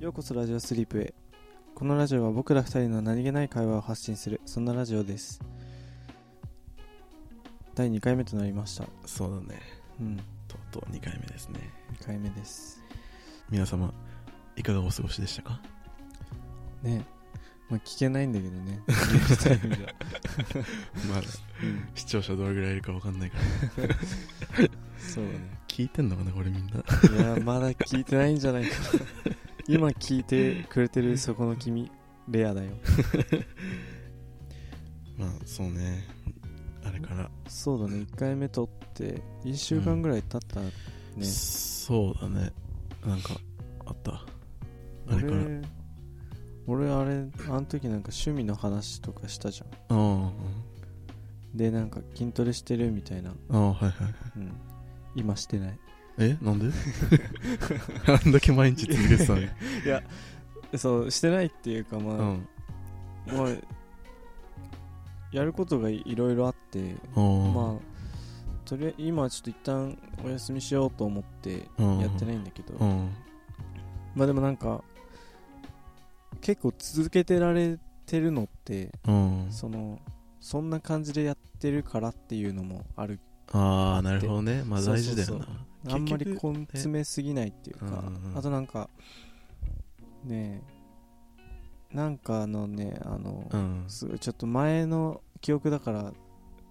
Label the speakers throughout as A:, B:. A: ようこそラジオスリープへこのラジオは僕ら2人の何気ない会話を発信するそんなラジオです第2回目となりました
B: そうだね
A: うん
B: とうとう2回目ですね
A: 2回目です
B: 皆様いかがお過ごしでし たか
A: ねまあ聞けないんだけどねリアルタイムが
B: まだ
A: うん
B: 視聴者どれぐらいいるか分かんないから
A: そうだね
B: 聞いてんのかなこれみんない
A: やまだ聞いてないんじゃないかな 今聞いてくれてるそこの君レアだよ
B: まあそうねあれから、
A: そうだね1回目撮って1週間ぐらい経ったね、
B: そうだねなんかあったあれからあ
A: 俺俺あれあの時なんか趣味の話とかしたじゃん
B: あうん
A: でなんか筋トレしてるみたいな、
B: ああはいはいはい
A: うん、今してない
B: えなんであんだけ毎日続けて たのに
A: そうしてないっていうか
B: う
A: ま
B: ん
A: あ、まあやることがいろいろあって
B: あ
A: まあとりあえず今はちょっと一旦お休みしようと思って
B: あ
A: やってないいんだけど
B: うん
A: まあでもなんか結構続けてられてるのって
B: うん
A: そのそんな感じでやってるからっていうのもある
B: ああなるほどねまあ
A: そう
B: 大
A: そう
B: 事だ
A: そう
B: よな
A: あんまり
B: 結局
A: 根詰めすぎないっていうか、
B: うんうん
A: あとなんかねえなんかあのねあの、
B: うん
A: すごいちょっと前の記憶だから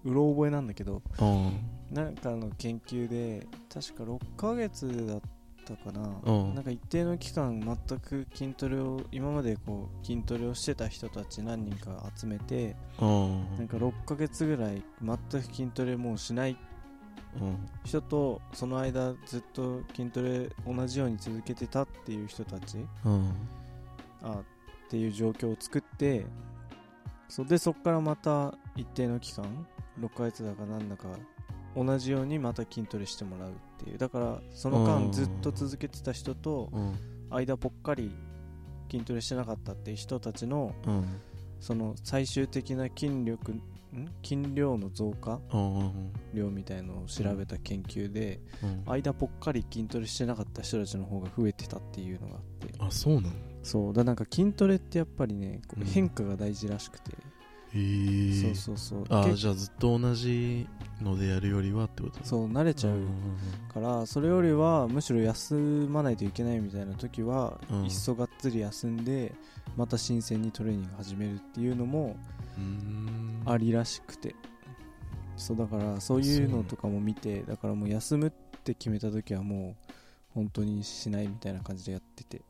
A: うろ覚えなんだけど
B: うん
A: なんかの研究で確か6ヶ月だったかな、
B: うん
A: なんか一定の期間全く筋トレを今までこう筋トレをしてた人たち何人か集めて
B: うん
A: なんか6ヶ月ぐらい全く筋トレもうしない
B: うん
A: 人とその間ずっと筋トレ同じように続けてたっていう人たち
B: うん
A: あっていう状況を作ってそでそこからまた一定の期間6ヶ月だかなんだか同じようにまた筋トレしてもらうっていうだからその
B: う
A: 間
B: ん
A: ずっと続けてた人と
B: うん
A: 間ぽっかり筋トレしてなかったっていう人たちの
B: うん
A: その最終的な筋力ん筋量の増加
B: うんうん
A: 量みたいのを調べた研究で、
B: うん
A: 間ぽっかり筋トレしてなかった人たちの方が増えてたっていうのがあって
B: あそうなの
A: そうだなんか筋トレってやっぱりねこう
B: うん
A: 変化が大事らしくて、
B: へえ
A: そうそうそう
B: あ
A: 結
B: じゃあずっと同じのでやるよりはってこと
A: そう慣れちゃうからそれよりはむしろ休まないといけないみたいな時は、
B: うん
A: いっそがっつり休んでまた新鮮にトレーニング始めるっていうのも
B: うん
A: ありらしくて、そうだからそういうのとかも見てだからもう休むって決めた時はもう本当にしないみたいな感じでやってて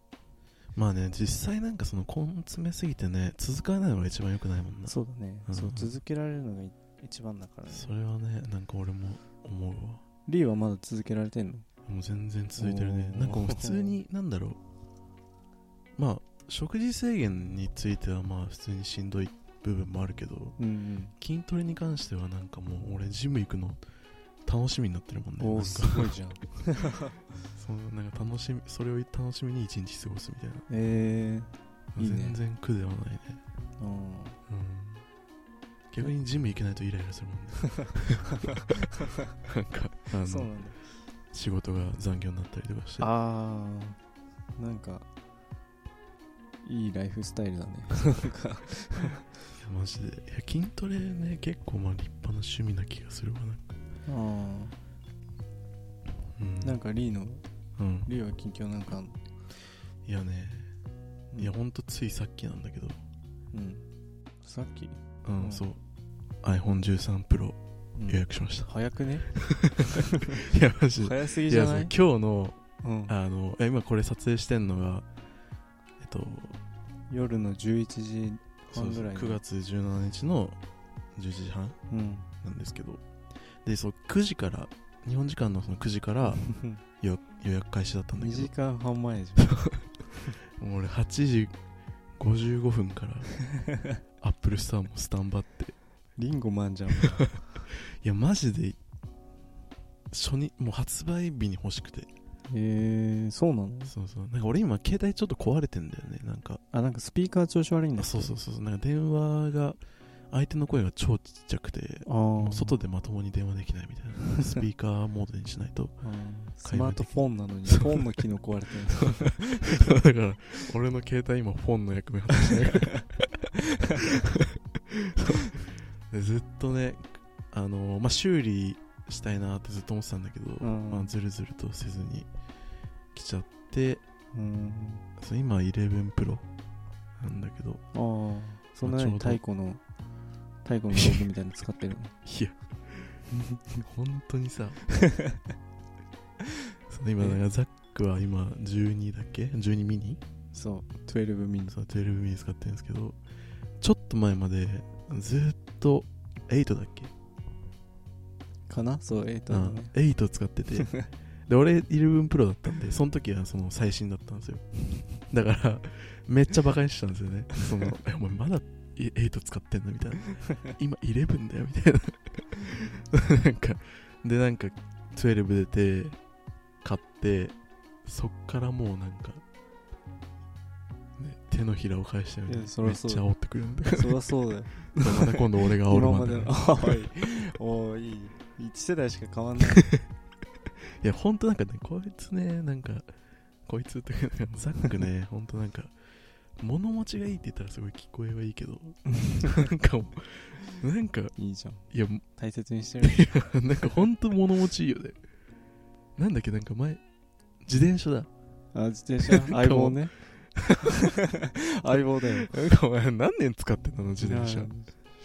B: まあね実際なんかその根詰めすぎてね続かないのが一番良くないもんなそ
A: そうだね、
B: うん
A: そう続けられるのがい一番だからね
B: れはねなんか俺も思うわ
A: リーはまだ続けられてんの
B: もう全然続いてるね
A: おー
B: なんかもう普通になんだろうまあ食事制限についてはまあ普通にしんどい部分もあるけど
A: うん
B: 筋トレに関してはなんかもう俺ジム行くの楽しみになってるもんね
A: お
B: なん
A: お
B: か
A: すごいじゃん
B: そのなんか楽しみそれを楽しみに一日過ごすみたいな
A: えいいね
B: 全然苦ではないね、
A: ー、うん
B: うん、逆にジム行けないとイライラするもんね なんかあ
A: そうな
B: の
A: んだ
B: 仕事が残業になったりとかして
A: あーなんかいいライフスタイルだね
B: いやマジでいや筋トレね結構まあ立派な趣味な気がするわなんか
A: あー
B: うん
A: なんかリーの
B: うん、
A: リーは近況なんかあんの
B: いやね
A: うん
B: いやほんとついさっきなんだけど
A: うんさっき、
B: うん、
A: うん
B: そう iPhone13 Pro
A: うん
B: 予約しました、
A: 早くね
B: いやマジで
A: 早すぎ
B: い
A: じゃ
B: やそう
A: ない
B: 今日の
A: うん、
B: あのえ今これ撮影してんのがえっと
A: 夜の11時半ぐらい
B: そうそう9月17日の11時半
A: うん
B: なんですけどでそう9時から日本時間のその9時から 予予約開始だったんだ
A: 2
B: け
A: 時間半前じ
B: どもう俺8時55分から アップルスターもスタンバって
A: ゃんリンゴマン じゃん
B: いやマジで初日もう発売日に欲しくて
A: えー、そうなの
B: そうそうなんか俺今携帯ちょっと壊れてんだよねなんか
A: あなんかスピーカー調子悪いんだ
B: あそうそうそうそうなんか電話が相手の声が超ちっちゃくて
A: ああ
B: 外でまともに電話できないみたい なスピーカーモードにしないと
A: うんス
B: 会
A: マ
B: 話
A: ート
B: でき
A: フォンなのにフォンの機能壊れて る
B: だから俺の携帯今フォンの役目果たしてるからずっとねあのまあ修理したいなってずっと思ってたんだけど、
A: ん
B: まあ、ずるずるとせずに来ちゃって
A: うん
B: そう今 11Pro なんだけど
A: ああそんな
B: まあちょう
A: に
B: ど
A: 太鼓の太鼓の道具みたいに使 ってるの
B: いや本当に さその今だからザックは今12だっけ12ミニ
A: そう12ミニ
B: その12ミニ使ってるんですけどちょっと前までずっと8だっけ、
A: かなそうえっと
B: う
A: ね
B: ん、8使って てで俺11プロだったんでその時はその最新だったんですよだからめっちゃバカにしてたんですよね そのえお前まだい8使ってんのみたいな今11だよみたいななん かでなんか12出て買ってそっからもうなんか、ね、手のひらを返してみた
A: い
B: いな
A: やそ
B: め
A: り
B: っ
A: ゃ
B: ち
A: そ
B: ゃ
A: う
B: 煽ってくるんだ
A: そりゃそうだよ
B: また今度俺が煽る
A: 今
B: ま
A: ま
B: で
A: で
B: ね
A: の おいおい1世代しか変わんない
B: いやほんとなんかねこいつねなんかこいつっていうかザック ねほんとなんか物持ちがいいって言ったらすごい聞こえはいいけ どなんかもうなんか
A: いいじゃん
B: いや
A: 大切にしてる
B: なんかほんと物持ちいいよねなんだっけなんか前自転車だ
A: あ自転 車相棒ね相棒だよ
B: なんかお前何年使ってんの自転車
A: いや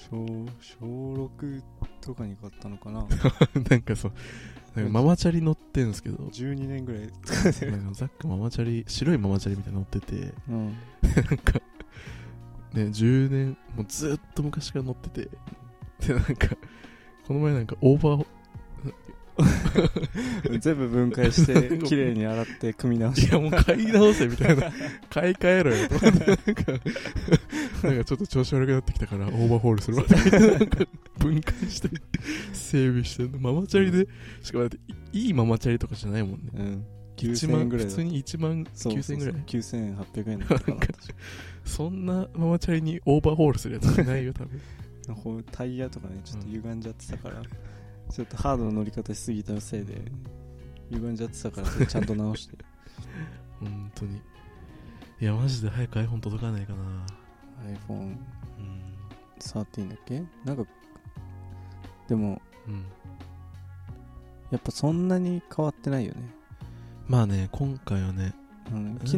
A: 小小6とかに買ったのかな
B: なんかそうなんかママチャリ乗ってんすけ ど
A: 12年ぐらい使って
B: な
A: る
B: んかザックママチャリ白いママチャリみたいなの乗ってて
A: うん
B: なんか、 ね、10年、もうずっと昔から乗ってて、で、なんか、この前なんかオーバーホ、
A: 全部分解 して綺麗に洗って組み直し
B: いやもう買い直せみた いな、買い替えろよと 思って、なんか、なんかちょっと調子悪くなってきたからオーバーホールするわって なんか分解して、整備してんの、ママチャリで、しかもだっていいいママチャリとかじゃないもんね。
A: うん
B: 一
A: 9000
B: 万
A: 円ぐらい
B: 普
A: だ
B: 通に1万
A: そうそうそう
B: 9000円ぐらい
A: 9800円だったか
B: なんかそんなママチャリにオーバーホールするやついないよ多分
A: なこうタイヤとかねちょっと
B: うん
A: 歪んじゃってたから、ちょっとハードの乗り方しすぎたせいで歪んじゃってたからそれちゃんと直 して
B: 本当にいやマジで早く iPhone 届かないかな
A: iPhone13
B: うん
A: だっけなんかでも
B: うん、
A: やっぱそんなに変わってないよね、
B: まあね今回はね
A: うん、
B: ん
A: 昨日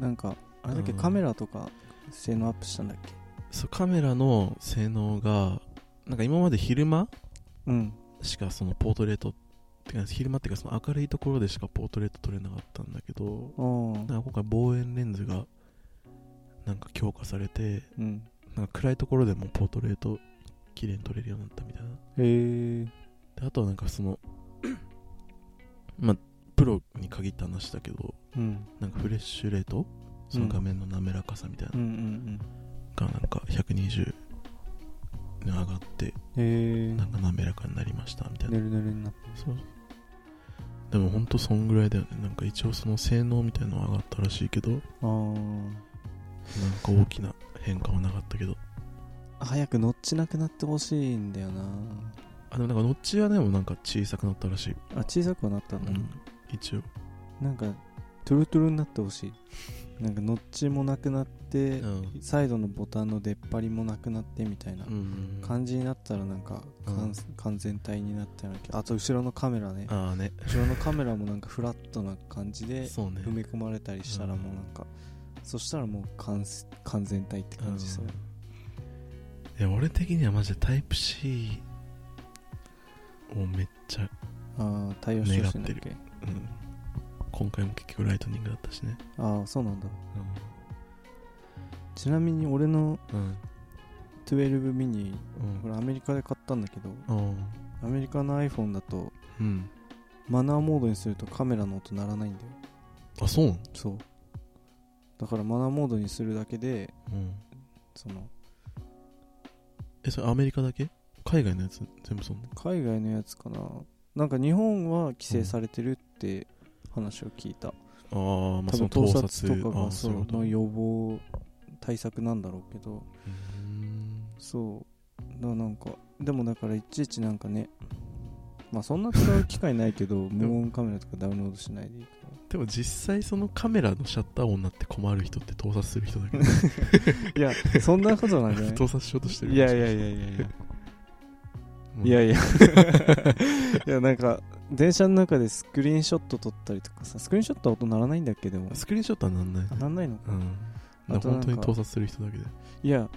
A: なんかあれだっけ、
B: うん
A: カメラとか性能アップしたんだっけ
B: そうカメラの性能がなんか今まで昼間
A: うん
B: しかそのポートレートってか昼間っていうかその明るいところでしかポートレート撮れなかったんだけど
A: あ
B: な
A: あ
B: んか今回望遠レンズがなんか強化されて
A: うん
B: なんか暗いところでもポートレート綺麗に撮れるようになったみたいな
A: へえ
B: であとはなんかその まあプロに限った話だけど
A: うん
B: なんかフレッシュレートその画面の滑らかさみたいな
A: うんうん
B: がなんか120に上がって
A: うんへえ
B: なんか滑らかになりましたみたいな、
A: ねるねるになって
B: そうでもほんとそんぐらいだよねなんか一応その性能みたいのは上がったらしいけどなん
A: ああ
B: か大きな変化はなかったけど
A: 早く乗っちなくなってほしいんだよな
B: あでもなんかノッチはでもなんか小さくなったらしい、
A: あ小さくはなった
B: うん
A: だ、
B: 一応
A: なんかトゥルトゥルになってほしいなんかノッチもなくなって、
B: うん
A: サイドのボタンの出っ張りもなくなってみたいな
B: うん
A: 感じになったらなんか
B: うん
A: 完,、完全体になったような気あと後ろのカメラね
B: ああね
A: 後ろのカメラもなんかフラットな感じで
B: そうね
A: 埋め込まれたりしたらもうなんか、そしたらもう完完全体って感じする、
B: いや俺的にはマジでタイプ C をめっちゃ、
A: ああ対応してほしいんだっけ
B: うん今回も結局ライトニングだったしね、
A: ああそうなんだちなみに俺の
B: うん
A: 12ミニ
B: うん
A: これアメリカで買ったんだけど
B: うん
A: アメリカの iPhone だと
B: うん
A: マナーモードにするとカメラの音鳴らないんだよ
B: あそうなの
A: そうだからマナーモードにするだけで
B: うん
A: その
B: えそれアメリカだけ海外のやつ全部そうなの
A: 海外のやつかななんか日本は規制されてるって話を聞いた、
B: ああまあ
A: 多
B: そ
A: 分
B: の
A: 盗
B: 盗
A: 撮と
B: 撮
A: か
B: あ
A: が
B: ー
A: そ
B: そういうこと
A: の予防対策なんだろうけど
B: うーん
A: そうだなんかでもだからいちいちなんかねまあそんな使う機会ないけ ど無音カメラとかダウンロードしないでいいか
B: でも実際そのカメラのシャッター音になって困る人って盗撮する人だけど
A: らいやそんなことなんじゃない
B: 盗撮しようとしてる
A: いやいやいやいや いやいやいや
B: や
A: いやなんか電車の中でスクリーンショット撮ったりとかさスクリーンショットは音鳴らないんだっけでも
B: スクリーンショットはなんない
A: あなんないのか
B: うん
A: あとなんか
B: 本当に盗撮する人だけで
A: いや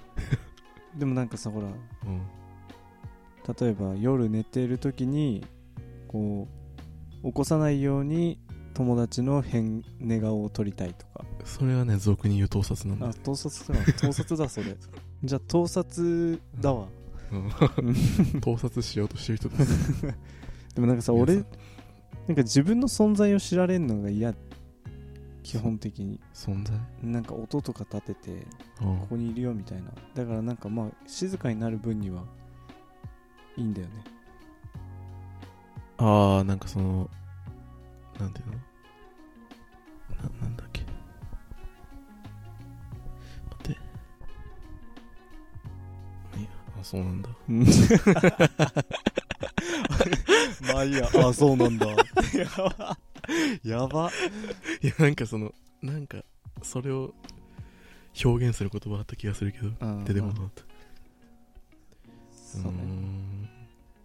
A: でもなんかさほら
B: うん
A: 例えば夜寝てる時にこう起こさないように友達の変寝顔を撮りたいとか
B: それはね俗に言う盗撮なんだ
A: あ盗撮だ盗撮だ それじゃあ盗撮だわ、
B: うん盗撮しようとしてる人 です
A: でもなんかさ俺なんか自分の存在を知られるのが嫌基本的に
B: 存在
A: なんか音とか立てて
B: うん
A: ここにいるよみたいなだからなんかまあ静かになる分にはいいんだよね
B: ああなんかそのなんていうのななんだっけ待っていやあそうなんだ
A: まあいいやあそうなんだやば やば
B: いやなんかそのなんかそれを表現する言葉あった気がするけど出てこなかったうー
A: そうね
B: ん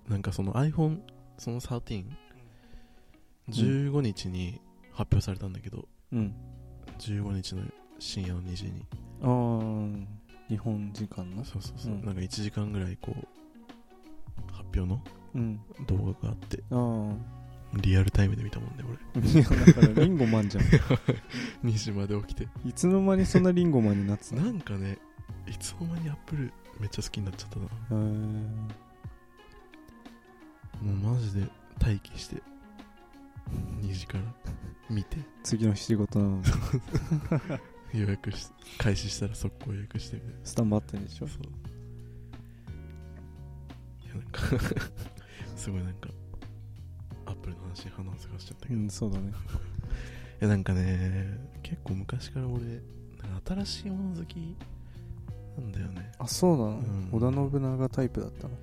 B: なんかその iPhone その1315日に発表されたんだけど、
A: うん
B: 15日の深夜の2時に
A: あー日本時間の
B: そうそうそう、
A: うん
B: なんか1時間ぐらいこう発表の
A: うん
B: 動画があって
A: ああ
B: リアルタイムで見たもんね 俺
A: いやだからリンゴマンじゃん
B: 2時まで起きて
A: いつの間にそんなリンゴマンになってた
B: な
A: の
B: んかねいつの間にアップルめっちゃ好きになっちゃったな
A: へー
B: もうマジで待機して2時から見て
A: 次の仕事なのに
B: 予約し開始したら速攻予約してみたいな
A: スタンバってんでしょ
B: そういやなんか すごいなんかアップルの話に花を咲かしちゃったけ
A: う
B: ど、
A: んそうだね
B: いやなんかね結構昔から俺なんか新しいもの好きなんだよね
A: あそうなの、
B: ん
A: 織田信長タイプだったの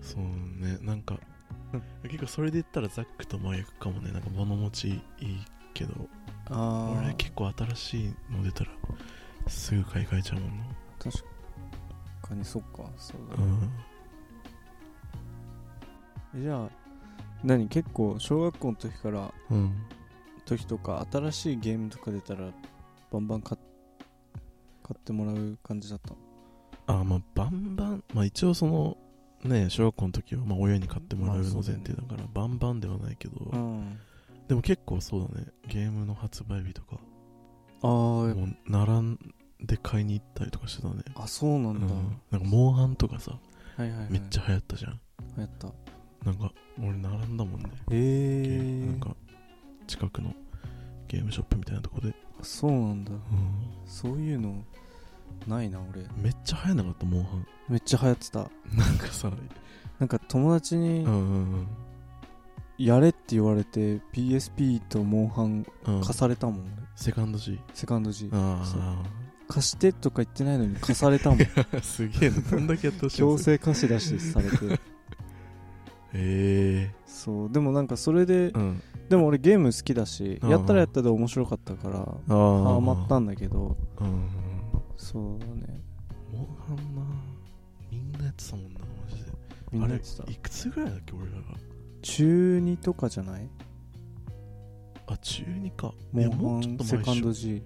B: そうねなんか
A: うん
B: 結構それで言ったらザックと真逆かもねなんか物持ちいいけど
A: あ
B: 俺結構新しいの出たらすぐ買い替えちゃうもんな
A: 確かにそっかそうだね、
B: うん
A: えじゃあ何結構小学校の時から
B: うん
A: 時とか新しいゲームとか出たらバンバン買っ買ってもらう感じだったの
B: あまあバンバンまあ一応そのね小学校の時はまあ親に買ってもらう
A: まあ
B: の
A: そうだ
B: 前
A: よね
B: 提だからバンバンではないけど、
A: うん
B: でも結構そうだねゲームの発売日とか
A: あー
B: もう並んで買いに行ったりとかしてたね
A: あそうな
B: うんん
A: だ、
B: なんかモンハンとかさ
A: はいはい、はい、
B: めっち
A: ゃ
B: ゃ流行ったじゃん
A: 流行ったへ
B: なんか俺並んだもんね
A: え
B: ゲームなん
A: ー、
B: か近くのゲームショップみたいなとこで、
A: あそうなんだ
B: う
A: そういうのないな俺
B: ん、めっちゃ流行んなかったモンハン
A: めっちゃ流行ってた
B: なんかさ、
A: なんか友達
B: う
A: に
B: んうん
A: やれって言われて PSP とモンハン
B: うんうん
A: 貸されたもん俺
B: セカンド G
A: セカンド G
B: あ
A: 貸してとか言ってないのに貸されたもん
B: あ すげえなどんだけやってほしい
A: 強
B: の
A: 制貸し出しされて
B: え
A: そうでもなんかそれで、
B: えうん
A: でも俺ゲーム好きだし
B: うん
A: やったらやったで面白かったから
B: あ
A: ハ
B: あ
A: マったんだけど
B: うんうん
A: そうだね
B: うんモンハンなみんなやってたもんなマジで
A: みんなやってた
B: あれいくつぐらいだっけ俺らが
A: 中2とかじゃない
B: あ中2かい
A: モ
B: や
A: ン
B: もう
A: ハ
B: ちょっ
A: ン
B: と
A: セ
B: 前で
A: カン
B: しょ
A: ド G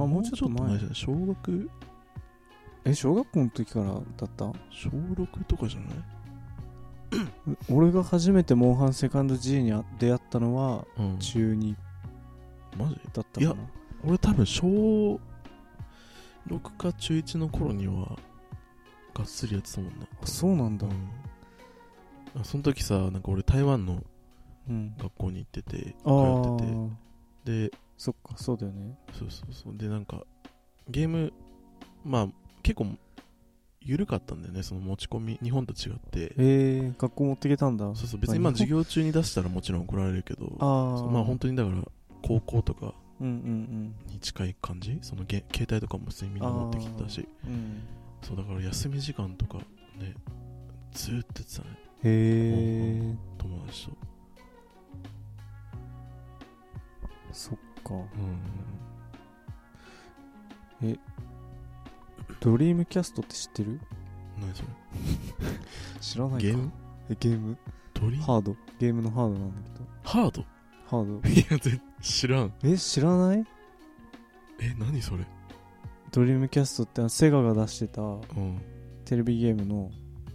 A: あもうちょっと前
B: じゃない小学
A: え小学校の時からだった
B: 小6とかじゃない
A: 俺が初めてモンハンセカンド G に出会ったのは
B: うん
A: 中2
B: マジ
A: だったかない
B: や俺多分小6か中1の頃にはがっつりやってたもんな
A: あそうなんだ
B: うんあその時さなんか俺台湾の
A: うん
B: 学校に行ってて
A: ああ
B: 通っててで
A: そっかそうだよね
B: そうそうそうでなんかゲームまあ結構緩かったんだよねその持ち込み日本と違って
A: えー、学校持ってけたんだ
B: そうそう別に
A: ま
B: まあ
A: あ日
B: 授業中に出したらもちろん怒られるけど
A: ああ
B: そうまあ本当にだから高校とか
A: うんうん
B: に近い感じそのゲ携帯とかも普通にみんな持ってきてたし
A: うんうん
B: そうだから休み時間とかねねずーっとやってたね
A: へえ
B: 友達と
A: そっか
B: うん
A: ドリームキャストって知ってる
B: 何それ
A: 知らないか
B: ゲーム
A: えゲーム
B: ドリーム
A: ハードゲームのハードなんだけど
B: ハード
A: ハード
B: いや全知らん
A: え知らない
B: え何それ
A: ドリームキャストってあのセガが出してた
B: うん
A: テレビゲームの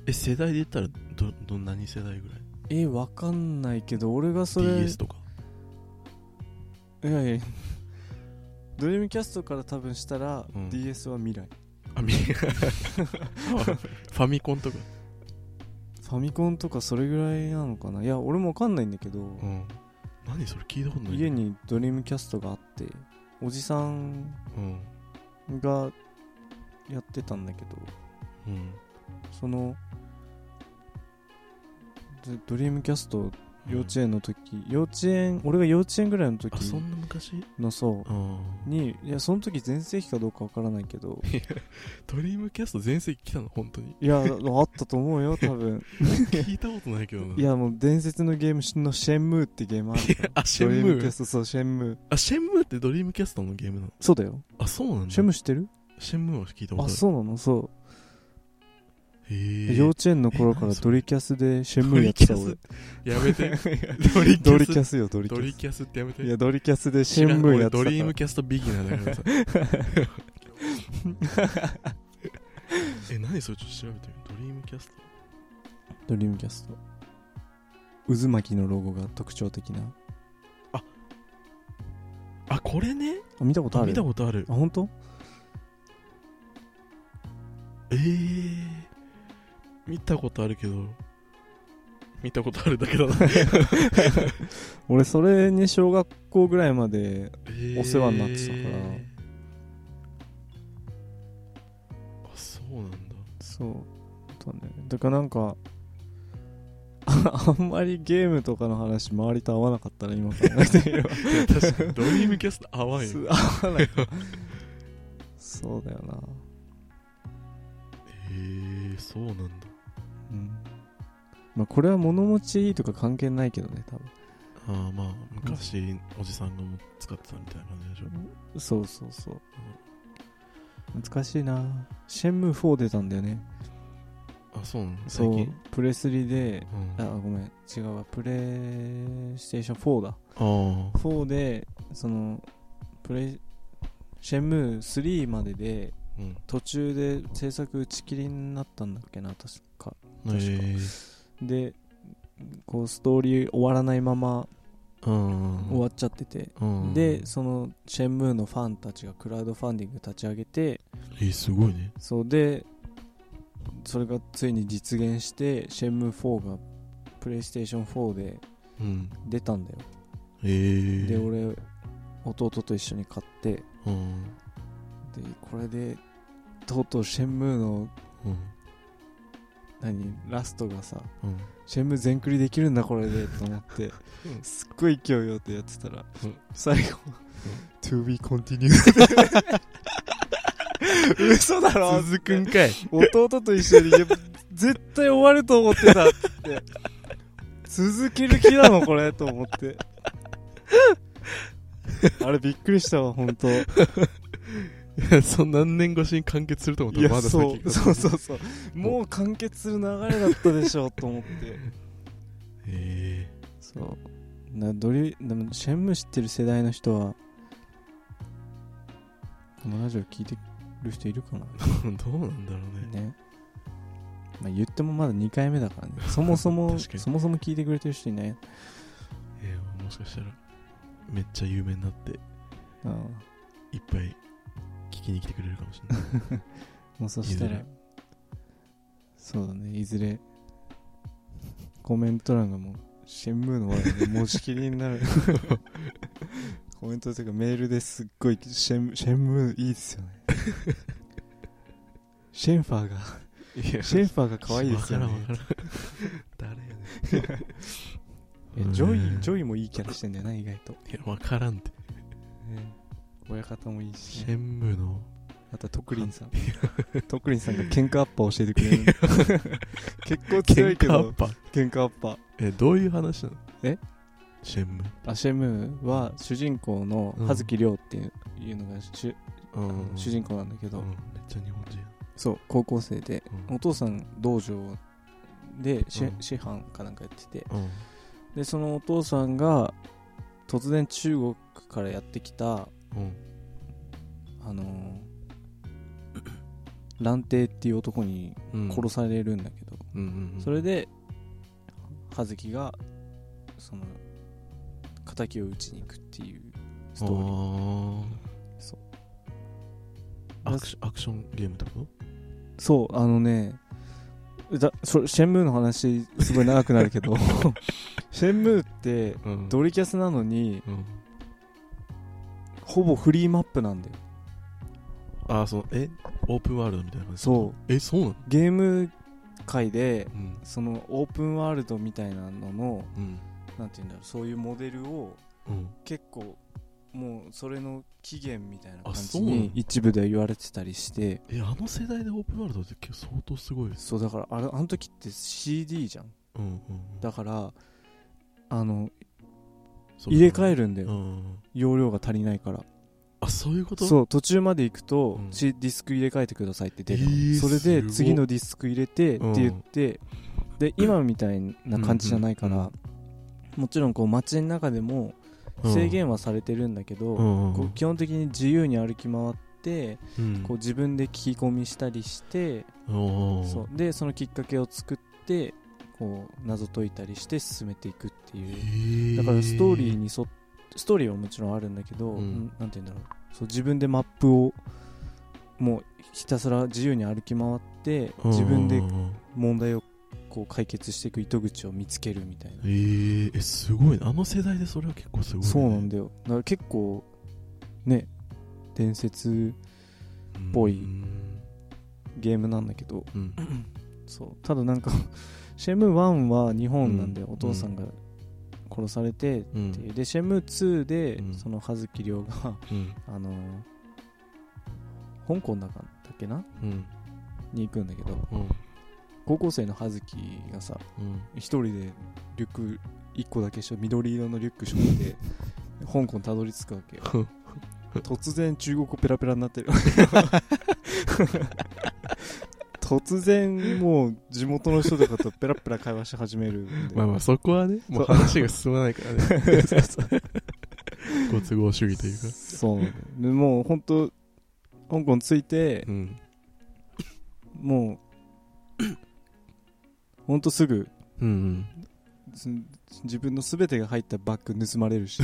B: え世代で言ったらどど何世代ぐらい
A: えわかんないけど俺がそれ
B: DS とか
A: いや いやドリームキャストから多分したら、
B: うん
A: DS は未来
B: あみファミコンとか
A: ファミコンとかそれぐらいなのかないや俺もわかんないんだけど、
B: うん何それ聞いたことない
A: 家にドリームキャストがあっておじさん
B: うん
A: がやってたんだけど
B: うん
A: そのでドリームキャスト幼稚園の時、幼稚園俺が幼稚園ぐらいの時
B: あそんな昔
A: のそう
B: うん
A: にいやその時全盛期かどうかわからないけ ど
B: ドリームキャスト全盛期来たの本当に
A: いやあったと思うよ多分
B: 聞いたことないけどない
A: やもう伝説のゲームのシェンムーってゲームあるから
B: あ シェン
A: ドリー
B: ム
A: ムキャ
B: ー
A: ストそうシェンムー
B: あシェンムーってドリームキャストのゲームなの
A: そうだよ
B: あそうなんだ
A: シェンムー知ってる
B: シェンムーは聞いたことあ
A: あ
B: る
A: そうなのそう
B: へえ
A: 幼稚園の頃
B: え
A: から
B: 何それ
A: ドリキャスでシェンムーやってた
B: ド
A: 俺
B: リやめ てドリ
A: ドリキ
B: ャ
A: ャ
B: ス
A: スよドリキ
B: ドリ
A: ャ
B: キャスってやめて
A: スいやドリキャスでシ
B: 知ら
A: ェ
B: ん
A: ンムー
B: 俺
A: やってた
B: ド
A: か
B: リーム
A: ら
B: キャストビギナーだからさ え何それちょっと調べてみるドリームキャスト
A: ドリームキャスト渦巻きのロゴが特徴的な
B: あこれね
A: あ見たことある
B: 見たことある
A: あ本当
B: ええ見たことあるけど見たことあるだけだな、
A: 俺それに小学校ぐらいまで
B: えー
A: お世話になってた
B: あそうなんだ
A: そうだねだからなんかああんまりゲームとかの話周りと合わなかったら 今考えてみれば
B: いや確かにドリームキャスト合わんよ
A: す合わないそうだよな
B: えー、そうなんだ
A: うんまあこれは物持ちいいとか関係ないけどね多分
B: あーまあ昔おじさんがもう使ってたみたいな感じでしょ
A: そうそうそう懐かしいなシェンムー4出たんだよね
B: あそうなの
A: そ
B: 最
A: う
B: 近
A: プレスリで
B: うん
A: あごめん違うわプレイステーション4だ
B: あー
A: 4でそのプレイシェンムー3までで
B: うん
A: 途中で制作打ち切りになったんだっけな確かか
B: えー
A: でこうストーリー終わらないまま
B: うん
A: 終わっちゃってて、
B: うん
A: でそのシェンムーのファンたちがクラウドファンディング立ち上げて
B: えーすごいね
A: そうでそれがついに実現してシェンムー4がプレイステーション4で
B: うん
A: 出たんだよ
B: えー、
A: で俺弟と一緒に買ってで
B: うん
A: これでとうとうシェンムーの
B: うん
A: 何ラストがさ
B: うん
A: シェンムー全クリできるんだこれでと思って すっごい勢いよってやってたら、
B: うん
A: 最後 To be continued 嘘だろ
B: 続くん かい
A: 弟と一緒にいや絶対終わると思ってたっつって続ける気なのこれと思ってあれびっくりしたわ本当
B: いやそん何年越しに完結すると思った
A: い
B: ら
A: や
B: まだ
A: そ
B: 先
A: うそうそうそうもう完結する流れだったでしょと思って
B: え
A: そうなドリでもシェンムー知ってる世代の人はこのラジオ聞いてる人いるかな
B: ー、 どうなんだろうね
A: ねまあ、言ってもまだ2回目だからねそもそ も
B: 確かに
A: そもそも聞いてくれてる人いない
B: いやもしかしたらめっちゃ有名になって
A: ああ
B: いっぱい聞きに来てくれるかもしれない
A: もうそした
B: いず
A: ら
B: れ
A: そうだねいずれコメント欄がもうシェンムーの話題で持ちきりになるコメントというかメールですっごいシェンシェンムーいいですよねシェンファーが
B: いや
A: シェンファーが可愛いですよね
B: わからんわからん誰やね
A: えジョイジョイもいいキャラしてんだよな意外と、
B: んいやわからんって
A: ね親方もいいし
B: シ
A: ね、
B: ェンムーの
A: あとは徳林さん徳林さんが喧嘩アッパー教えてくれる結構強
B: 喧
A: いけ
B: 嘩アッ
A: ど
B: パー
A: 喧嘩アッパー
B: えどういう話なの
A: え
B: シェンム
A: アシェムーは主人公の
B: うん
A: 葉月亮っていう,、のが主
B: ーうん
A: 主人公なんだけど、
B: うんめっちゃ日本人
A: そう高校生で
B: う
A: お父さん道場で師,、
B: うん
A: 師範かなんかやってて
B: んうん
A: でそのお父さんが突然中国からやってきた
B: うん
A: あのー 蘭亭っていう男に
B: うん
A: 殺されるんだけど、
B: うんうんうん
A: それで葉月がその敵を討ちに行くっていうストーリー
B: あ
A: そう
B: ーアクションアクションゲームってこ
A: そうあのねだそシェンムーの話すごい長くなる けどシェンムーって
B: とうん
A: ドリキャスなのに
B: うん
A: ほぼフリーマップなんだよ
B: ああそうえオープンワールドみたいな感じ
A: そう
B: えそうなの
A: ゲーム界で
B: うん
A: そのオープンワールドみたいなのの
B: うん
A: なんて言うんだろうそういうモデルを
B: うん
A: 結構もうそれの起源みたいな感
B: あ
A: じ
B: そうなの
A: に一部では言われてたりして
B: えあの世代でオープンワールドって結構相当すごいです
A: そうだからあれあの時って CD じゃん
B: うんうんうん
A: だからあの
B: そう
A: 入れ替えるんだ
B: う
A: よ、
B: ん
A: 容量が足りないから
B: あそういうこと
A: そう途中まで行くと、
B: うん
A: しディスク入れ替えてくださいって出るの、
B: えー
A: それ
B: す
A: で
B: ごっ
A: 次のディスク入れてって言って、で今みたいな感じじゃないから、
B: うんうん
A: もちろんこう街の中でも
B: うん
A: 制限はされてるんだけど、
B: うん
A: こう基本的に自由に歩き回って、
B: うん
A: こう自分で聞き込みしたりして、
B: うん
A: そうでそのきっかけを作ってこう謎解いたりして進めていくっていう。だからストーリー
B: に
A: にそストーリーはもちろんあるんだけど、
B: うん
A: うんなんて言うんだろうそう自分でマップをもうひたすら自由に歩き回って自分で問題をこう解決していく糸口を見つけるみたいな、
B: えー、えすごいねあの世代でそれは結構すごいね、
A: そうなん
B: だ
A: だよだから結構ね伝説ぽい
B: うん
A: ゲームなんだけど
B: うん
A: そうただなんか シェム1は日本なんだよ、
B: うん
A: お父さんが殺されて
B: う
A: ってい
B: ん
A: うでシェム2で、
B: うん
A: その葉月亮が
B: うん
A: あのー香港だかだっけな
B: うん
A: に行くんだけど
B: うん
A: 高校生の葉月がさ
B: うん
A: 一人でリュック一個だけしょ緑色のリュックしょって香港たどり着くわけよ突然中国語ペラペラにな ってる突然もう地元の人とかとペラペラ会話し始めるんで、
B: まあまあそこはねもう話が進まないからねご都合主義というか
A: そうなんだよでもう本当香港着いて、
B: うん
A: もうほんとすぐ
B: うん
A: す自分の全てが入ったバッグ盗まれるし
B: へ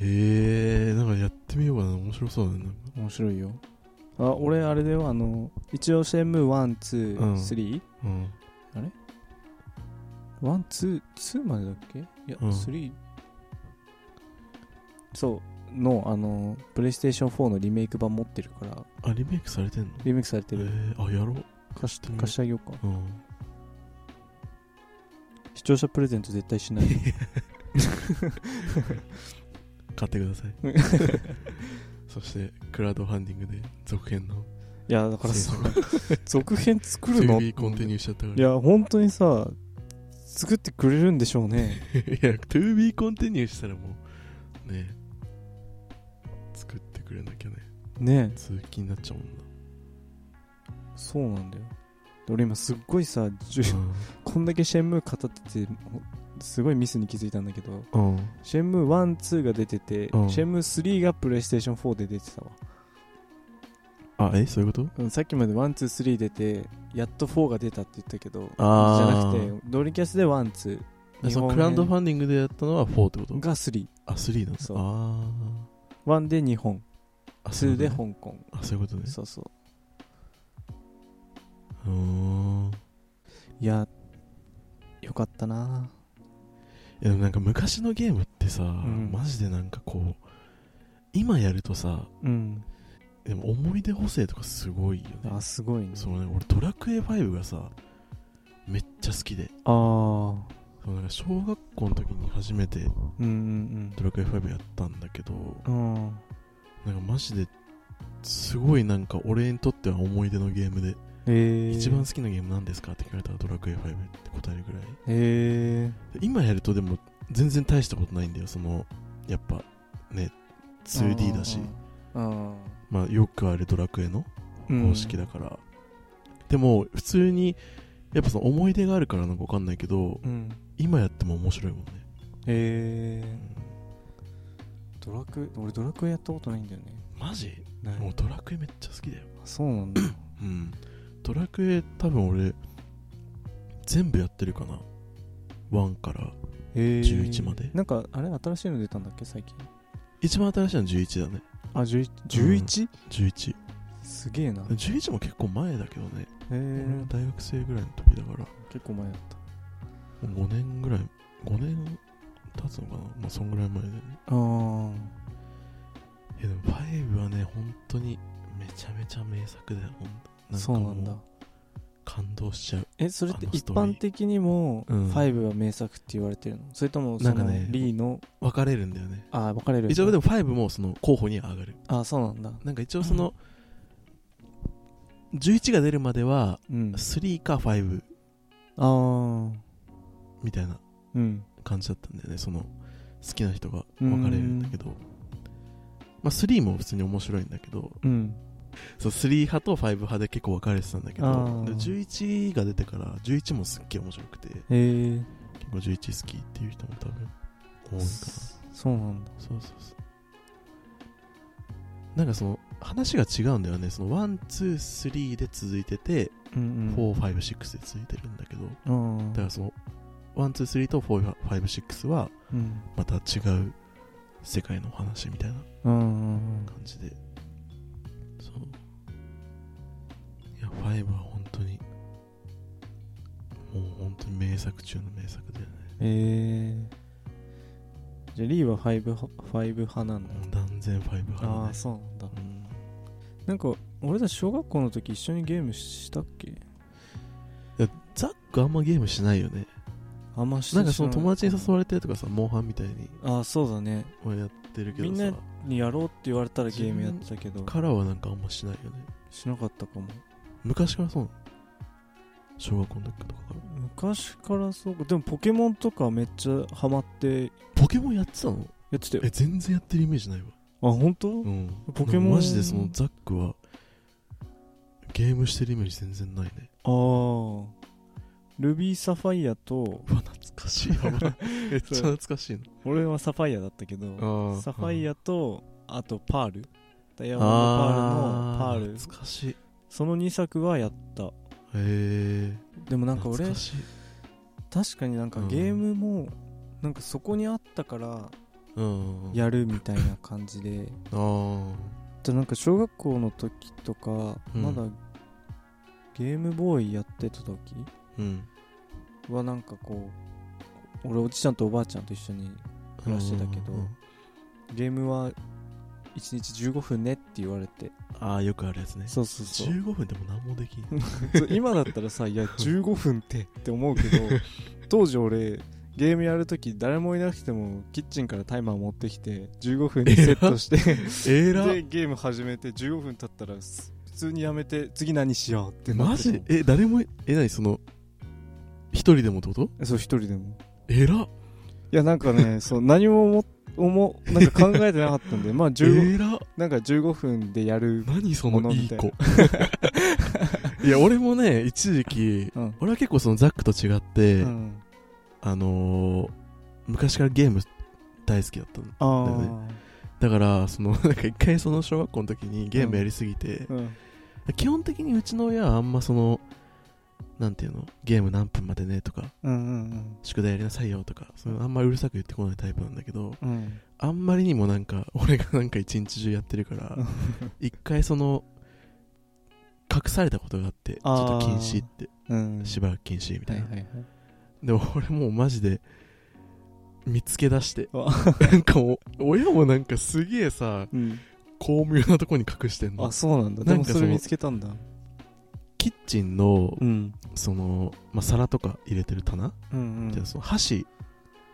B: えなんかやってみようかな面白そうだねなんか
A: 面白いよあ俺あれだよあの一応シェンムー
B: うん
A: 123
B: うん
A: ワンツーツーまでだっけいや、
B: うん
A: スリーそうのあのプレイステーション4のリメイク版持ってるから
B: あリメイクされてんの
A: リメイクされて
B: え
A: る、
B: ー、あやろう
A: 貸して
B: うん
A: 貸してあげようか
B: うん
A: 視聴者プレゼント絶対しない
B: 買ってくださいそしてクラウドファンディングで続編の
A: いやだからさ 続編作るの
B: 2B コンティニューしちゃったか
A: い
B: ら
A: や本当にさ作ってくれるんでしょうね
B: いや 2B コンティニューしたらもうね作ってくれなきゃね
A: ね
B: 通勤になっちゃうもんな
A: そうなんだよで俺今すっごいさ じゅこんだけシェンムー語っててほすごいミスに気づいたんだけど
B: うん、
A: シェンムー12が出てて、
B: うん
A: シェンムー3がプレイステーション4で出てたわ
B: あえそういうこと
A: うんさっきまで123出てやっと4が出たって言ったけど
B: あー
A: じゃなくてドリキャスで12
B: でそのクラウドファンディングでやったのは4ってこと
A: が3
B: あ3なんだ
A: そう
B: あ
A: 1で日本
B: ーあそうい
A: 2
B: うこと
A: で
B: ね
A: 香港
B: あそういうことね
A: そうそう
B: うーんい
A: いやよかったな
B: やでもなんか昔のゲームってさ、
A: ん
B: マジでなんかこう今やるとさ
A: うん
B: でも思い出補正とかすごいよね
A: あすごいね
B: そうね俺ドラクエ5がさめっちゃ好きで
A: ああ
B: そうなんか小学校の時に初めて
A: うんうん
B: ドラクエ5やったんだけど
A: うんあ
B: なんかマジですごいなんか俺にとっては思い出のゲームで、
A: ーへえ
B: 一番好きなゲームなんですかって聞かれたらドラクエ5って答えるぐらい
A: へえ
B: で今やるとでも全然大したことないんだよそのやっぱね 2D だし
A: あー
B: まあよくあるドラクエの
A: うん
B: 方式だから、でも普通にやっぱその思い出があるからなんかわかんないけど
A: うん
B: 今やっても面白いもんね、
A: へ
B: う
A: え
B: ん
A: ドラクエ俺ドラクエやったことないんだよね
B: マジ
A: な
B: も
A: いう
B: ドラクエめっちゃ好きだよ
A: そうなんだ
B: うんドラクエ多分俺全部やってるかな1から
A: へえ
B: 11まで
A: なんかあれ新しいの出たんだっけ最近
B: 一番新しいのは11だね
A: あ 11?11?
B: 1111
A: すげえなへ
B: も結構前だけどね、俺
A: え
B: が大学生ぐらいの時だから
A: 結構前だった
B: もう5年ぐらい5年経つのかなまあそんぐらい前だよね
A: あー
B: いやでも5はね本当にめちゃめちゃ名作だよほんと
A: そうなん
B: か
A: だ
B: も感動しちゃう
A: えそれって
B: あのス
A: 一
B: トーリー
A: 般的にも
B: うん
A: 5が名作って言われてるのそれともそ
B: なんか
A: の
B: ね
A: リーの
B: 分かれるんだよね
A: あー分かれる
B: 一応で
A: も
B: も5もその候補には上がる
A: あーそうなんだ
B: なんか一応その、11が出るまでは
A: うん
B: 3か5
A: あー
B: みたいな
A: うん
B: 感じだったんだよねその好きな人が分かれるんだけどまあ3も普通に面白いんだけど
A: うん
B: そう3派と5派で結構分かれてたんだけど
A: あー
B: で11が出てから11もすっげえ面白くて
A: へえ
B: 結構11好きっていう人も多分多いかなそう
A: そうなんだ
B: そうそうなんかその話が違うんだよねその123で続いてて
A: うんうん
B: 456で続いてるんだけど
A: あー
B: だからその123と456は
A: うん
B: また違う世界のお話みたいな
A: うんうん
B: 感じでそういや5は本当にもう本当に名作中の名作だよね
A: うんへえじゃあリーは 5, 派5派なんだ
B: もう断然5派だ
A: あ
B: ね
A: あそうなんだ
B: うん
A: なんか俺たち小学校の時一緒にゲームしたっけ
B: ザックあんまゲームしないよね
A: あんまして
B: なんかその友達に誘
A: わ
B: われてとかさモンハンみたいに
A: ああそうだね
B: 俺やってるけ
A: み
B: ど
A: んな
B: さ
A: にやろうって言われたらゲームやってたけど
B: からはなんかあんましないよね
A: しなかったかも
B: 昔からそうなの小学校の時とかから
A: 昔からそうかでもポケモンとかめっちゃハマってや
B: ポケモンやってたの
A: ってたよ
B: え全然やってるイメージないわ
A: あ本当、
B: うん
A: ポケモン
B: マジでそのザックはゲームしてるイメージ全然ないね
A: ああルビーサファイア と
B: うわ懐かしいわめっちゃ懐かしい
A: 俺はサファイアだったけど
B: の
A: サファイ
B: ア
A: アとあとパールダイヤモンドパ
B: あ
A: ー
B: ー
A: ルのパール
B: 懐かしいへ
A: その2作はやった
B: え
A: でもなんか俺
B: 懐しい
A: 確かになんか
B: うん
A: ゲームもなんかそこにあったから
B: うん
A: やるみたいな感じで、
B: あー
A: じゃあなんか小学校の時とか、
B: うん
A: まだゲームボーイやってた時
B: うん
A: はなんかこう俺おじちゃんとおばあちゃんと一緒に暮らしてたけど
B: うん
A: ゲームは1日15分ねって言われて
B: ああよくあるやつね
A: そうそうそう
B: 15分でも何も できん
A: そう今だったらさいや15分ってって思うけ ど当時俺ゲームやる時誰もいなくてもキッチンからタイマー持ってきて15分にセットして
B: えら
A: でゲーム始めて15分経ったらす普通にやめて次何しようってな
B: マ
A: ってた
B: ジえ誰もえ何その一人でもってこと
A: そう一人でも
B: えら
A: いやなんか ねそう何も思っ思なんか考えてなかったん でまあ15
B: えら
A: なんか15分でやる
B: 何そ
A: も
B: の
A: の
B: い
A: み
B: い
A: たい
B: 子 いや俺もね一時期
A: うん、
B: 俺は結構そのザックと違って、
A: うん、
B: あのー昔からゲーム大好きだったの
A: ああ
B: だよだからその なんか一回その小学校の時にゲームやりすぎて、
A: うん
B: 基本的にうちの親はあんまそのなんていうのゲーム何分までねとか
A: うんうん
B: 宿題やりなさいよとかそういうあんまうるさく言ってこないタイプなんだけど
A: うんうん
B: あんまりにもなんか 俺がなんか一日中やってるか ら
A: うん
B: 一回その隠されたことがあってちょ
A: あー
B: っと禁止って
A: うん
B: しばらく禁止みたいな、
A: はいはい
B: でも俺もうマジで見つけ出して
A: わ
B: なんかもう親もなんかすげえさ
A: うん、
B: 巧妙なとこに隠してんの
A: あそうなんだ
B: な
A: で
B: んか
A: もそ
B: そ
A: れ
B: の
A: 見つけたんだ
B: キッチンの
A: うん
B: その、まあ、皿とか入れてる棚
A: うんうん
B: みたいなその箸、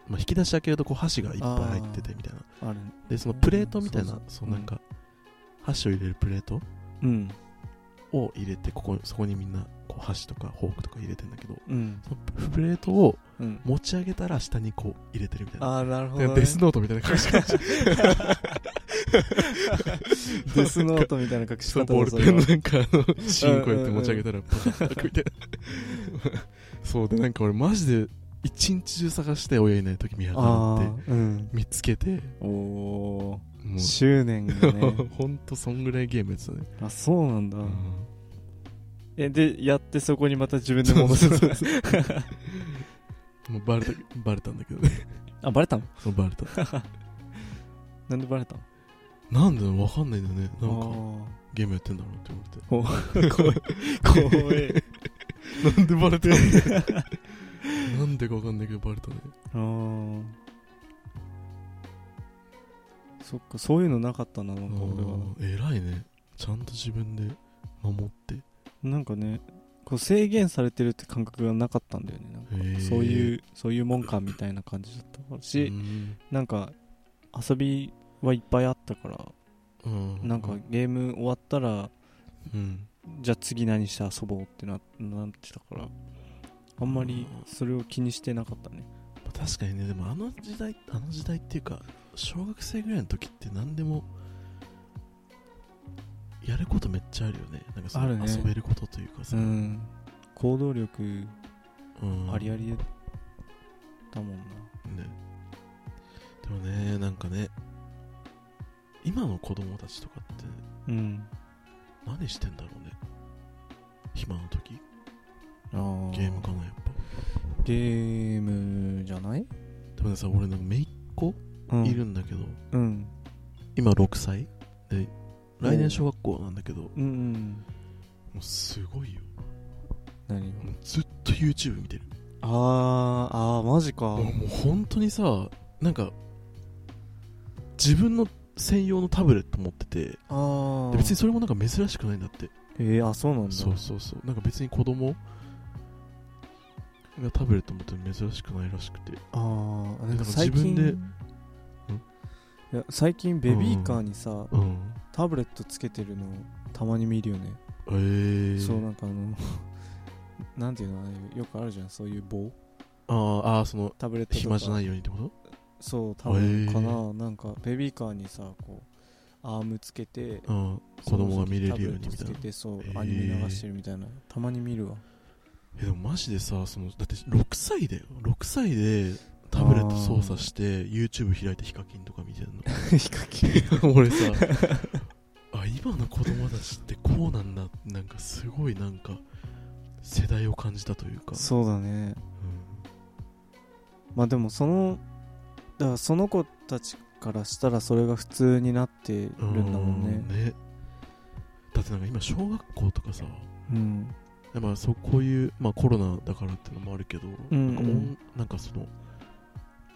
B: まあ、引き出し開けるとこう箸がいっぱい入っててみたいな
A: ある
B: でそのプレートみたいな
A: そう
B: そうなんか箸を入れるプレート
A: うん
B: を入れてここそこにみんなこう箸とかフォークとか入れてんだけど
A: うん
B: そのプレートを
A: うん
B: 持ち上げたら下にこう入れてるみたいな
A: ああなるほ
B: なん
A: ど、
B: か
A: ね、
B: デスノートみたいな感じ
A: デスノートみたいな隠し
B: そ
A: 方
B: う
A: だ
B: ボール
A: そ
B: ペ
A: れ
B: ンの
A: は
B: なんかあの芯こうやって持ち上げたらパカッと開くみたいなそうでなんか俺マジで一日中探して親いない時見計ら
A: あ
B: って
A: ーうん
B: 見つけて
A: おお
B: も
A: ー
B: う
A: 執念がね
B: ほんとそんぐらいゲームやってたね、
A: あそうなんだ、
B: うん
A: えでやってそこにまた自分で戻す
B: そうそうそうもうバレたバレたんだけどね
A: あバレたの
B: そうバレた
A: なんでバレたの
B: なんでだろうわかんないんだよねなんか
A: か
B: ゲームやってんだろうって思って
A: 怖い怖い
B: なんでバレてるのなんでかわかんないけどバレたね
A: あーそっかそういうのなかったななんか俺は
B: えらいねちゃんと自分で守って
A: なんかねこう制限されてるって感覚がなかったんだよねなんかそう
B: う
A: いうそういうもんかみたいな感じだったし、
B: ん
A: なんか遊びはいっぱいあったから、
B: うん
A: なんかゲーム終わったら
B: うん
A: じゃあ次何して遊ぼうってななってたからあんまりそれを気にしてなかったね
B: 確かにねでもあの時代あの時代っていうか小学生ぐらいの時って何でもやることめっちゃあるよねなんかその
A: あるね
B: 遊べることというか
A: う
B: さ、
A: ん行動力
B: うん
A: ありありだもんな
B: ねでもねなんかね今の子供たちとかって
A: うん
B: 何してんだろうね暇の時
A: あー
B: ゲームかなやっぱ
A: ゲームじゃない、
B: でもねさ俺なんか姪っ子
A: うん、
B: いるんだけど、
A: うん
B: 今6歳で
A: おう
B: 来年小学校なんだけども
A: うんうん
B: うすごいよ
A: 何
B: もうずっと YouTube 見てる
A: あーあーマジか
B: もう本当にさなんか自分の専用のタブレット持ってて
A: あ
B: で別にそれもなんか珍しくないんだって
A: えー、あそうなんだ
B: そうそうそうなんか別に子供がタブレット持ってるの珍しくないらしくて
A: あーなん
B: なんか
A: か最
B: 自分
A: 近
B: で
A: いや最近ベビーカーにさ、
B: うん
A: タブレットつけてるのたまに見るよね、
B: えー、
A: そうなんかあの なんていうのあれよくあるじゃんそういう棒
B: あーあーその
A: タブレットとか
B: 暇じゃないようにってこと
A: そう多分かな、
B: へ
A: なんかベビーカーにさこうアームつけて
B: うん子供が見れるようにみ
A: そ
B: た
A: の時タブレットつ
B: いな
A: けてそう、
B: へー
A: アニメ流してるみたいなたまに見るわ
B: えでもマジでさそのだって6歳だよ6歳でタブレット操作して YouTube 開いてヒカキンとか見てる
A: ヒカキン
B: の俺さあ今の子供たちってこうなんだなんかすごいなんか世代を感じたというか
A: そうだね
B: う
A: まあでもそのだからその子たちからしたらそれが普通になってるんだ
B: ん、
A: もんね
B: うんねだってなんか今小学校とかさ
A: うん
B: まあそうこういう、まあ、コロナだからっていうのもあるけど、
A: うんうん
B: なんかオンなんかその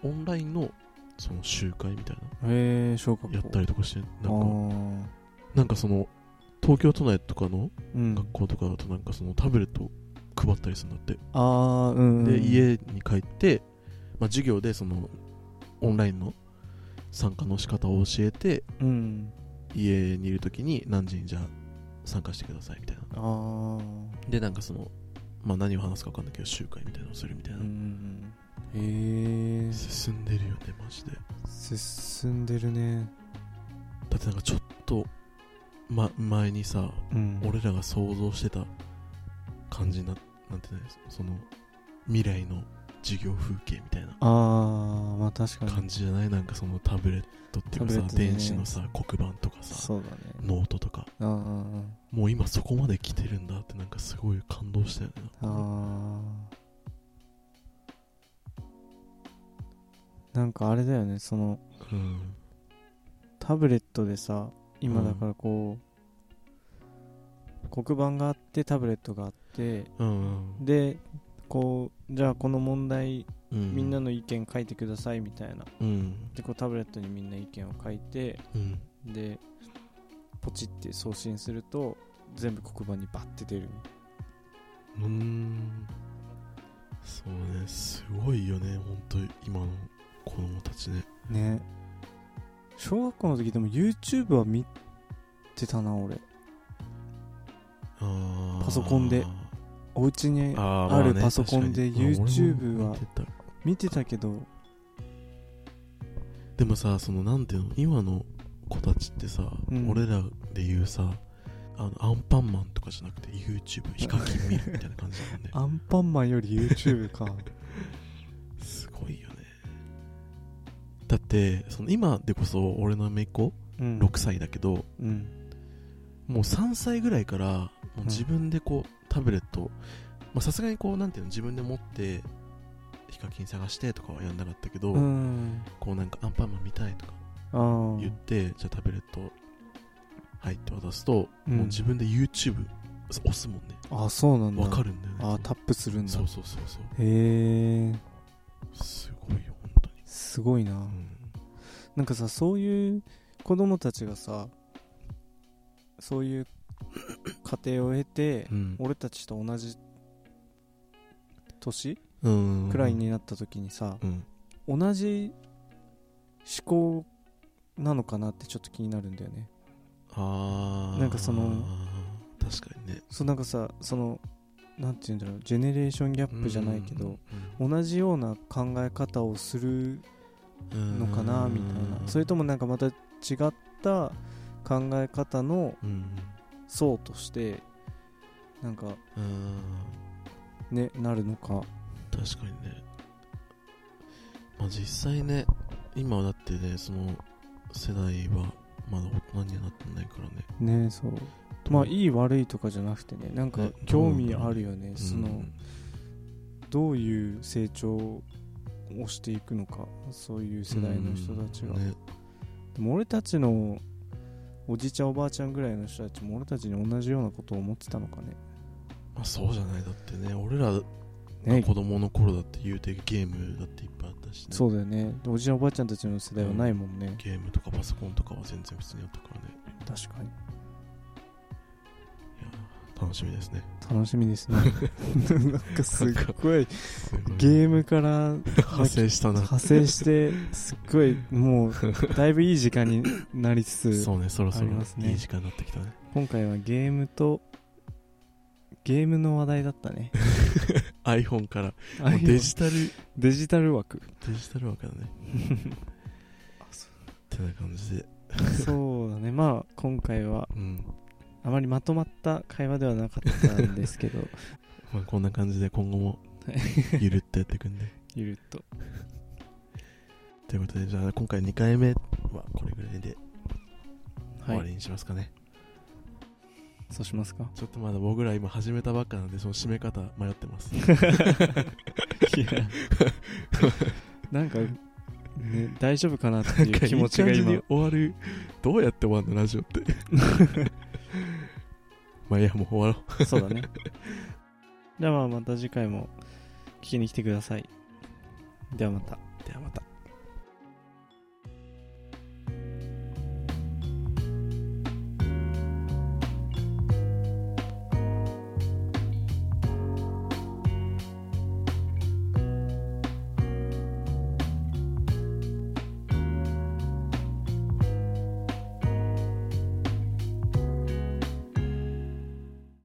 B: オンラインのその集会みたいな
A: へえ小学校
B: やった
A: り
B: りとかして
A: あ
B: なんか
A: ー
B: なんかその東京都内とかの
A: うん
B: 学校とかだとなんかそのタブレットを配ったりするんだって、
A: あーうんうん
B: で家に帰って、まあ、授業でそのオンラインの参加の仕方を教えて
A: うん
B: 家にいる時に何時にじゃあ参加してくださいみたいな
A: ああ
B: でなんかその、まあ、何を話すか分かんないけど集会みたいなのをするみたいな、
A: うんうんうんへえ
B: 進んでるよねマジでだ
A: 進んでるね
B: ってなんかちょっと、ま、前にさ
A: うん
B: 俺らが想像してた感じななんてねその未来の授業風景みたいな
A: あーまあ確かに
B: 感じじゃないなんかそのタブレットっていうか
A: タブ
B: さ、
A: レットね
B: 電子のさ黒板とかさ
A: そうだね
B: ノートとか
A: あー
B: もう今そこまで来てるんだってなんかすごい感動したよね
A: あーなんかあれだよねその
B: うん
A: タブレットでさ今だからこう、黒板があってタブレットがあって
B: うん
A: でこうじゃあこの問題
B: うん
A: みんなの意見書いてくださいみたいな
B: うん
A: でこうタブレットにみんな意見を書いて
B: うん
A: でポチって送信すると全部黒板にバッて出る
B: うーんそうねすごいよね本当に今の子供たちね
A: ね小学校の時でも YouTube は見てたな俺
B: あー
A: パソコンでお家に
B: あ
A: あるパソコンで YouTube は
B: は
A: 見てたけど
B: でもさそのなんていうの今の子たちってさ、
A: うん
B: 俺らで言うさあのアンパンマンとかじゃなくて YouTube ヒカキン見るみたいな感じ なんで
A: アンパンマンより YouTube か
B: すごいよねだってその今でこそ俺の姪っ子
A: うん
B: 6歳だけど、
A: うん
B: もう3歳ぐらいからもう自分でこう、タブレットまあさすがにこうなんていうの自分で持ってヒカキン探してとかはやんなかったけど、
A: うん
B: こうなんかアンパンマン見たいとか
A: ああ
B: 言って、じゃあタブレット入って渡すと、
A: うん
B: もう自分で YouTube 押すもんね
A: あそうなんだ
B: わかるんだよね
A: あタップするんだ
B: そう
A: へ
B: そうそうそう
A: え
B: すごいよ本当に
A: すごいな、なんかさそういう子供たちがさそういう家庭を経て
B: う、ん
A: 俺たちと同じ年
B: うんうん
A: くらいになった時にさ、
B: うん
A: 同じ思考なのかなってちょっと気になるんだよね
B: あー
A: なんかその
B: 確かにね
A: そうなんかさそのなんて言うんだろうジェネレーションギャップじゃないけど、同じような考え方をするのかなみたいなそれとも
B: も、
A: なんかまた違った考え方の
B: うん
A: 層としてなんか
B: うんうん
A: ねなるのか
B: 確かにねまあ実際ね今はだってねその世代はまだ大人にはなってないからね
A: ねそうまあいい悪いとかじゃなくてねなんか
B: ね
A: 興味あるよね、
B: うん
A: そのどういう成長をしていくのかそういう世代の人たちが、
B: うんね
A: でも俺たちのおじいちゃんおばあちゃんぐらいの人たちも俺たちに同じようなことを思ってたのかね
B: まあそうじゃないだってね俺ら
A: ね
B: 子供の頃だって言うてゲームだっていっぱいあったしね
A: そうだよねでおじいちゃんおばあちゃんたちの世代はないもんね、
B: ゲームとかパソコンとかは全然普通にあったからね
A: 確かに
B: いやー楽しみですね
A: 楽しみですねなんかすっごい
B: ム
A: ゲームから
B: 発生したな
A: 派生してすっごいもうだいぶいい時間になりつつ
B: そうねそろそろ
A: ありますね
B: いい時間になってきたね
A: 今回はゲームとゲームの話題だったね
B: iPhone から
A: あ
B: もう
A: の
B: デジタル
A: デジタル枠
B: デジタルわけだねってな感じで
A: そうだねまあ今回は
B: うん
A: あまりまとまった会話ではなかったんですけど
B: まあこんな感じで今後も
A: はい
B: ゆるっとやってい くんで
A: ゆるっと
B: ということでじゃあ今回2回目はこれぐらいで
A: は
B: 終わり
A: い
B: にしますかね、
A: そうします か
B: ちょっとまだ僕ら今始めたばっかなんでその締め方迷って ます
A: いやなんか、ね、大丈夫かなっていう気持ちが
B: いい感じ
A: 今
B: に終わるどうやって終わるのラジオって まあいいやもう終わろう
A: そうだね。じゃあまあまた次回も聞きに来てください。ではまた。
B: ではまた